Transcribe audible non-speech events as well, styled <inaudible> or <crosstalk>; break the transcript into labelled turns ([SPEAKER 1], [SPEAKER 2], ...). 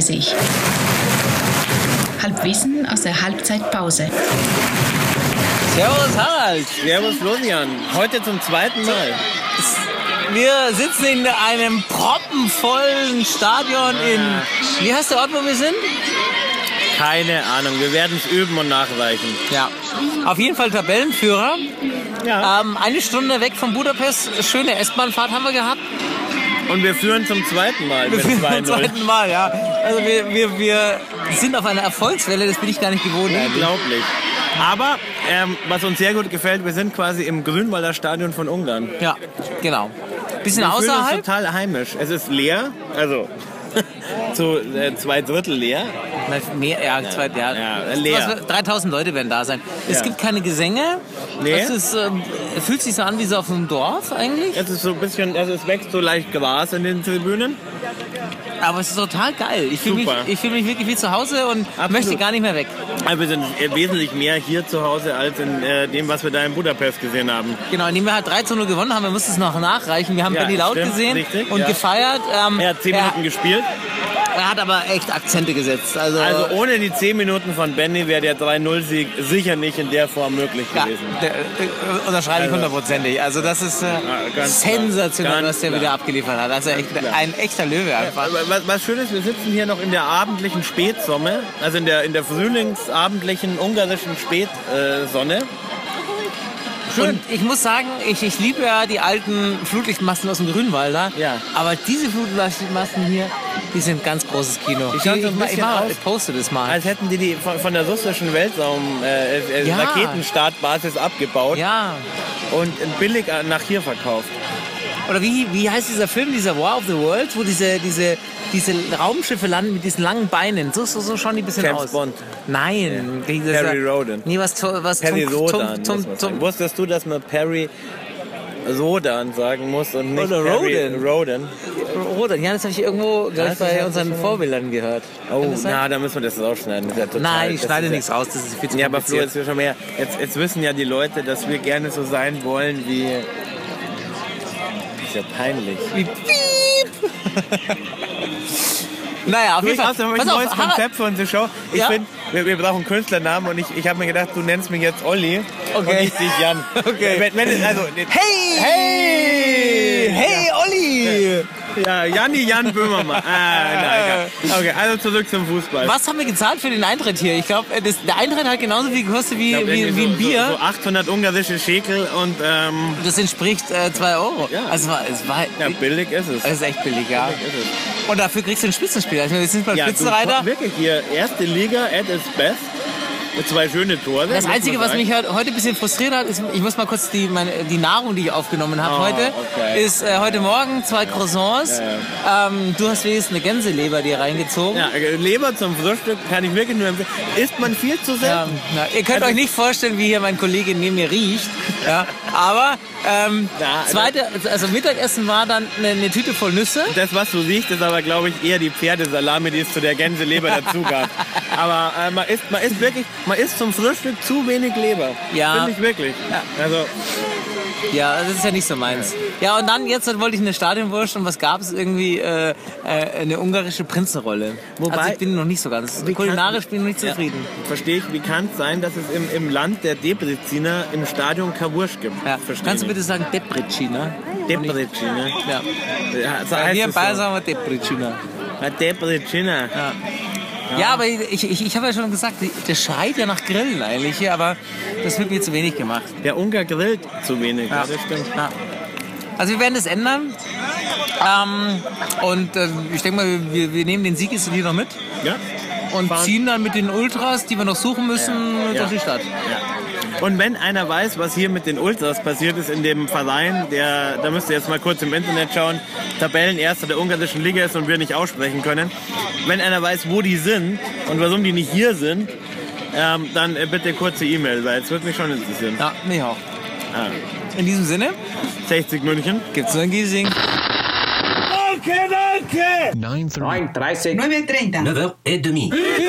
[SPEAKER 1] sich. Halbwissen aus der Halbzeitpause.
[SPEAKER 2] Servus Harald!
[SPEAKER 3] Servus Florian, heute zum zweiten Mal.
[SPEAKER 2] Wir sitzen in einem proppenvollen Stadion in. Wie heißt der Ort, wo wir sind?
[SPEAKER 3] Keine Ahnung, wir werden es üben und nachreichen.
[SPEAKER 2] Ja. Auf jeden Fall Tabellenführer.
[SPEAKER 3] Ja.
[SPEAKER 2] Ähm, eine Stunde weg von Budapest. Schöne S-Bahn-Fahrt haben wir gehabt.
[SPEAKER 3] Und wir führen zum zweiten Mal mit
[SPEAKER 2] Zum
[SPEAKER 3] 2-0.
[SPEAKER 2] zweiten Mal, ja. Also wir, wir, wir sind auf einer Erfolgswelle, das bin ich gar nicht gewohnt. eigentlich.
[SPEAKER 3] Unglaublich. Aber ähm, was uns sehr gut gefällt, wir sind quasi im Grünwalder Stadion von Ungarn. Wir
[SPEAKER 2] Ja, genau. Bisschen
[SPEAKER 3] fühlen uns
[SPEAKER 2] außerhalb.
[SPEAKER 3] total heimisch. Es ist leer, also <laughs> zu äh, zwei Drittel leer.
[SPEAKER 2] Mehr, ja, zwei, ja.
[SPEAKER 3] Ja, leer.
[SPEAKER 2] Was- 3000 Leute werden da sein. Es
[SPEAKER 3] Ja.
[SPEAKER 2] gibt keine Gesänge.
[SPEAKER 3] Nee.
[SPEAKER 2] Es ist, ähm, fühlt sich so an wie so auf einem Dorf eigentlich.
[SPEAKER 3] Es ist so ein bisschen, also es wächst so leicht Gras in den Tribünen.
[SPEAKER 2] Aber es ist total geil. Ich fühle mich,
[SPEAKER 3] Super.
[SPEAKER 2] ich fühl mich wirklich wie zu Hause und
[SPEAKER 3] Absolut.
[SPEAKER 2] möchte gar nicht mehr weg.
[SPEAKER 3] Aber wir sind äh, wesentlich mehr hier zu Hause als in äh, dem, was wir da in Budapest gesehen haben.
[SPEAKER 2] Genau, indem wir halt 3 zu 0 gewonnen haben, wir mussten es noch nachreichen. Wir haben
[SPEAKER 3] Ja,
[SPEAKER 2] Benny Laut
[SPEAKER 3] stimmt,
[SPEAKER 2] gesehen
[SPEAKER 3] richtig,
[SPEAKER 2] und
[SPEAKER 3] ja.
[SPEAKER 2] gefeiert. Ähm,
[SPEAKER 3] Er hat zehn Minuten gespielt.
[SPEAKER 2] er hat aber echt Akzente gesetzt. Also,
[SPEAKER 3] Also ohne die 10 Minuten von Benny wäre der 3-0-Sieg sicher nicht in der Form möglich
[SPEAKER 2] ja,
[SPEAKER 3] gewesen.
[SPEAKER 2] der, äh, unterschreibe ich
[SPEAKER 3] Also.
[SPEAKER 2] hundertprozentig. Also das ist äh,
[SPEAKER 3] ganz klar.
[SPEAKER 2] sensationell,
[SPEAKER 3] Ganz
[SPEAKER 2] was der
[SPEAKER 3] klar.
[SPEAKER 2] wieder abgeliefert hat. Also echt,
[SPEAKER 3] klar.
[SPEAKER 2] ein echter Löwe einfach.
[SPEAKER 3] Aber Was, was schön ist, wir sitzen hier noch in der abendlichen Spätsonne, also in der, in der frühlingsabendlichen ungarischen Spätsonne.
[SPEAKER 2] Und ich muss sagen, ich, ich liebe ja die alten Flutlichtmasten aus dem Grünwalder.
[SPEAKER 3] Ja.
[SPEAKER 2] Aber diese Flutlichtmasten hier, die sind ganz großes Kino.
[SPEAKER 3] Die schauen
[SPEAKER 2] Die-
[SPEAKER 3] so ein
[SPEAKER 2] ich, ma- ich,
[SPEAKER 3] bisschen
[SPEAKER 2] mach-
[SPEAKER 3] aus- Also-
[SPEAKER 2] ich poste das mal.
[SPEAKER 3] Als hätten die die von, von der russischen Weltraum äh, äh,
[SPEAKER 2] Ja.
[SPEAKER 3] Raketenstartbasis abgebaut
[SPEAKER 2] ja.
[SPEAKER 3] und äh, billig nach hier verkauft.
[SPEAKER 2] Oder wie, wie heißt dieser Film, dieser War of the Worlds, wo diese, diese, diese Raumschiffe landen mit diesen langen Beinen? So, so, so schauen die ein bisschen
[SPEAKER 3] James
[SPEAKER 2] aus.
[SPEAKER 3] Bond.
[SPEAKER 2] Nein. dieses-
[SPEAKER 3] Perry Rhodan.
[SPEAKER 2] Nee, was, to- was
[SPEAKER 3] Perry
[SPEAKER 2] Tom,
[SPEAKER 3] Rodan.
[SPEAKER 2] Tom,
[SPEAKER 3] muss
[SPEAKER 2] Tom,
[SPEAKER 3] man
[SPEAKER 2] Tom,
[SPEAKER 3] sagen. Wusstest du, dass man Perry Rodan sagen muss und nicht
[SPEAKER 2] Oder
[SPEAKER 3] Perry
[SPEAKER 2] Rodan.
[SPEAKER 3] Rodan?
[SPEAKER 2] Rodan. Ja, das habe ich irgendwo gleich
[SPEAKER 3] das hab ich
[SPEAKER 2] bei
[SPEAKER 3] schon
[SPEAKER 2] unseren
[SPEAKER 3] mal-
[SPEAKER 2] Vorbildern gehört.
[SPEAKER 3] Oh,
[SPEAKER 2] Kann das sein?
[SPEAKER 3] na, da müssen wir das rausschneiden. Das ist ja total-
[SPEAKER 2] Nein, ich
[SPEAKER 3] das
[SPEAKER 2] schneide
[SPEAKER 3] ist ja-
[SPEAKER 2] nichts raus, das ist viel zu
[SPEAKER 3] Ja, aber Flo,
[SPEAKER 2] kompliziert.
[SPEAKER 3] jetzt, schon mehr. Jetzt, jetzt wissen ja die Leute, dass wir gerne so sein wollen wie. Ist ja peinlich.
[SPEAKER 2] Wie naja, auf jeden Fall.
[SPEAKER 3] Durchaus habe ich ein
[SPEAKER 2] Pass auf,
[SPEAKER 3] neues
[SPEAKER 2] Harald-
[SPEAKER 3] Konzept für unsere Show. Ich
[SPEAKER 2] Ja?
[SPEAKER 3] finde, wir, wir brauchen einen Künstlernamen und ich, ich habe mir gedacht, du nennst mich jetzt Olli und
[SPEAKER 2] Okay.
[SPEAKER 3] ich dich Jan.
[SPEAKER 2] <laughs> Okay.
[SPEAKER 3] Wenn, wenn, also,
[SPEAKER 2] Hey! Hey! Hey, Olli!
[SPEAKER 3] ja, Janni Jan Böhmermann.
[SPEAKER 2] <laughs>
[SPEAKER 3] Ah, nein, egal. Okay, also zurück zum Fußball.
[SPEAKER 2] Was haben wir gezahlt für den Eintritt hier? Ich glaube, der Eintritt hat genauso viel gekostet wie,
[SPEAKER 3] Ich glaub,
[SPEAKER 2] wie,
[SPEAKER 3] irgendwie
[SPEAKER 2] wie
[SPEAKER 3] so-
[SPEAKER 2] ein Bier.
[SPEAKER 3] So, so 800 ungarische Schekel und ähm,
[SPEAKER 2] Das entspricht 2 Euro.
[SPEAKER 3] Ja.
[SPEAKER 2] Also es war, es war
[SPEAKER 3] ja, billig ist es.
[SPEAKER 2] das ist echt billig, ja.
[SPEAKER 3] Billig ist es.
[SPEAKER 2] Und dafür kriegst du einen Spitzenspieler. Ich meine, wir sind beim
[SPEAKER 3] Ja,
[SPEAKER 2] Spitzenreiter.
[SPEAKER 3] du, wirklich hier, erste Liga at its best. Zwei schöne Tore. muss
[SPEAKER 2] Das
[SPEAKER 3] man
[SPEAKER 2] Einzige, was
[SPEAKER 3] sagen.
[SPEAKER 2] mich heute heute ein bisschen frustriert hat, ist, ich muss mal kurz die, meine, die Nahrung, die ich aufgenommen habe
[SPEAKER 3] Oh,
[SPEAKER 2] heute,
[SPEAKER 3] okay.
[SPEAKER 2] ist äh, heute Morgen zwei Croissants.
[SPEAKER 3] Ja,
[SPEAKER 2] Ähm, du hast wenigstens eine Gänseleber dir reingezogen.
[SPEAKER 3] Ja, äh, Leber zum Frühstück kann ich wirklich nur empfehlen. Isst man viel zu
[SPEAKER 2] Ja,
[SPEAKER 3] selten?
[SPEAKER 2] Ähm, na, ihr könnt
[SPEAKER 3] Also-
[SPEAKER 2] euch nicht vorstellen, wie hier mein Kollege neben mir riecht. Ja, aber ähm,
[SPEAKER 3] Ja, also-
[SPEAKER 2] zweite, also Mittagessen war dann eine, eine Tüte voll Nüsse.
[SPEAKER 3] Das, was du siehst, ist aber, glaube ich, eher die Pferdesalami, die es zu
[SPEAKER 2] <laughs>
[SPEAKER 3] der Gänseleber dazu gab. Aber äh, man, isst, man isst wirklich, man isst zum Frühstück zu wenig Leber.
[SPEAKER 2] Ja.
[SPEAKER 3] Finde ich wirklich. Also,
[SPEAKER 2] Ja, das ist ja nicht so meins. Ja, und dann jetzt wollte ich eine Stadionwurst und was gab es irgendwie? Äh, äh, eine ungarische Prinzenrolle.
[SPEAKER 3] Wobei-
[SPEAKER 2] also ich bin noch nicht so ganz, kulinarisch bin ich noch nicht
[SPEAKER 3] Ja.
[SPEAKER 2] zufrieden.
[SPEAKER 3] Verstehe ich, wie kann es sein, dass es im, im Land der Debriziner im Stadion Kawursch gibt?
[SPEAKER 2] Ja.
[SPEAKER 3] Verstehe
[SPEAKER 2] Kannst du
[SPEAKER 3] nicht.
[SPEAKER 2] bitte sagen Debrecina?
[SPEAKER 3] Debriziner.
[SPEAKER 2] Ja.
[SPEAKER 3] Ja, so heißt
[SPEAKER 2] Hier in
[SPEAKER 3] es
[SPEAKER 2] Bayern
[SPEAKER 3] so.
[SPEAKER 2] sagen wir Debrecina.
[SPEAKER 3] Ah, Debrecina.
[SPEAKER 2] ne? Ja, aber ich, ich, ich habe ja schon gesagt, der schreit ja nach Grillen eigentlich hier, aber das wird mir zu wenig gemacht.
[SPEAKER 3] Der Ungar grillt zu wenig. Ja. Das stimmt.
[SPEAKER 2] Ja. Also wir werden das ändern. Ähm, und äh, ich denke mal, wir, wir nehmen den Sieg jetzt hier noch mit
[SPEAKER 3] Ja.
[SPEAKER 2] und
[SPEAKER 3] Fahren.
[SPEAKER 2] ziehen dann mit den Ultras, die wir noch suchen müssen,
[SPEAKER 3] Ja.
[SPEAKER 2] durch die Stadt.
[SPEAKER 3] Ja. Und wenn einer weiß, was hier mit den Ultras passiert ist in dem Verein, der, da müsst ihr jetzt mal kurz im Internet schauen, Tabellenerster der ungarischen Liga ist und wir nicht aussprechen können. Wenn einer weiß, wo die sind und warum die nicht hier sind, ähm, dann äh, bitte kurze E-Mail, weil es wird mich schon interessieren.
[SPEAKER 2] Ja, mich auch.
[SPEAKER 3] Ah.
[SPEAKER 2] In diesem Sinne
[SPEAKER 3] 60 München.
[SPEAKER 2] gibt's nur ein Giesing.
[SPEAKER 4] 9.30
[SPEAKER 5] 9.30.
[SPEAKER 4] h 30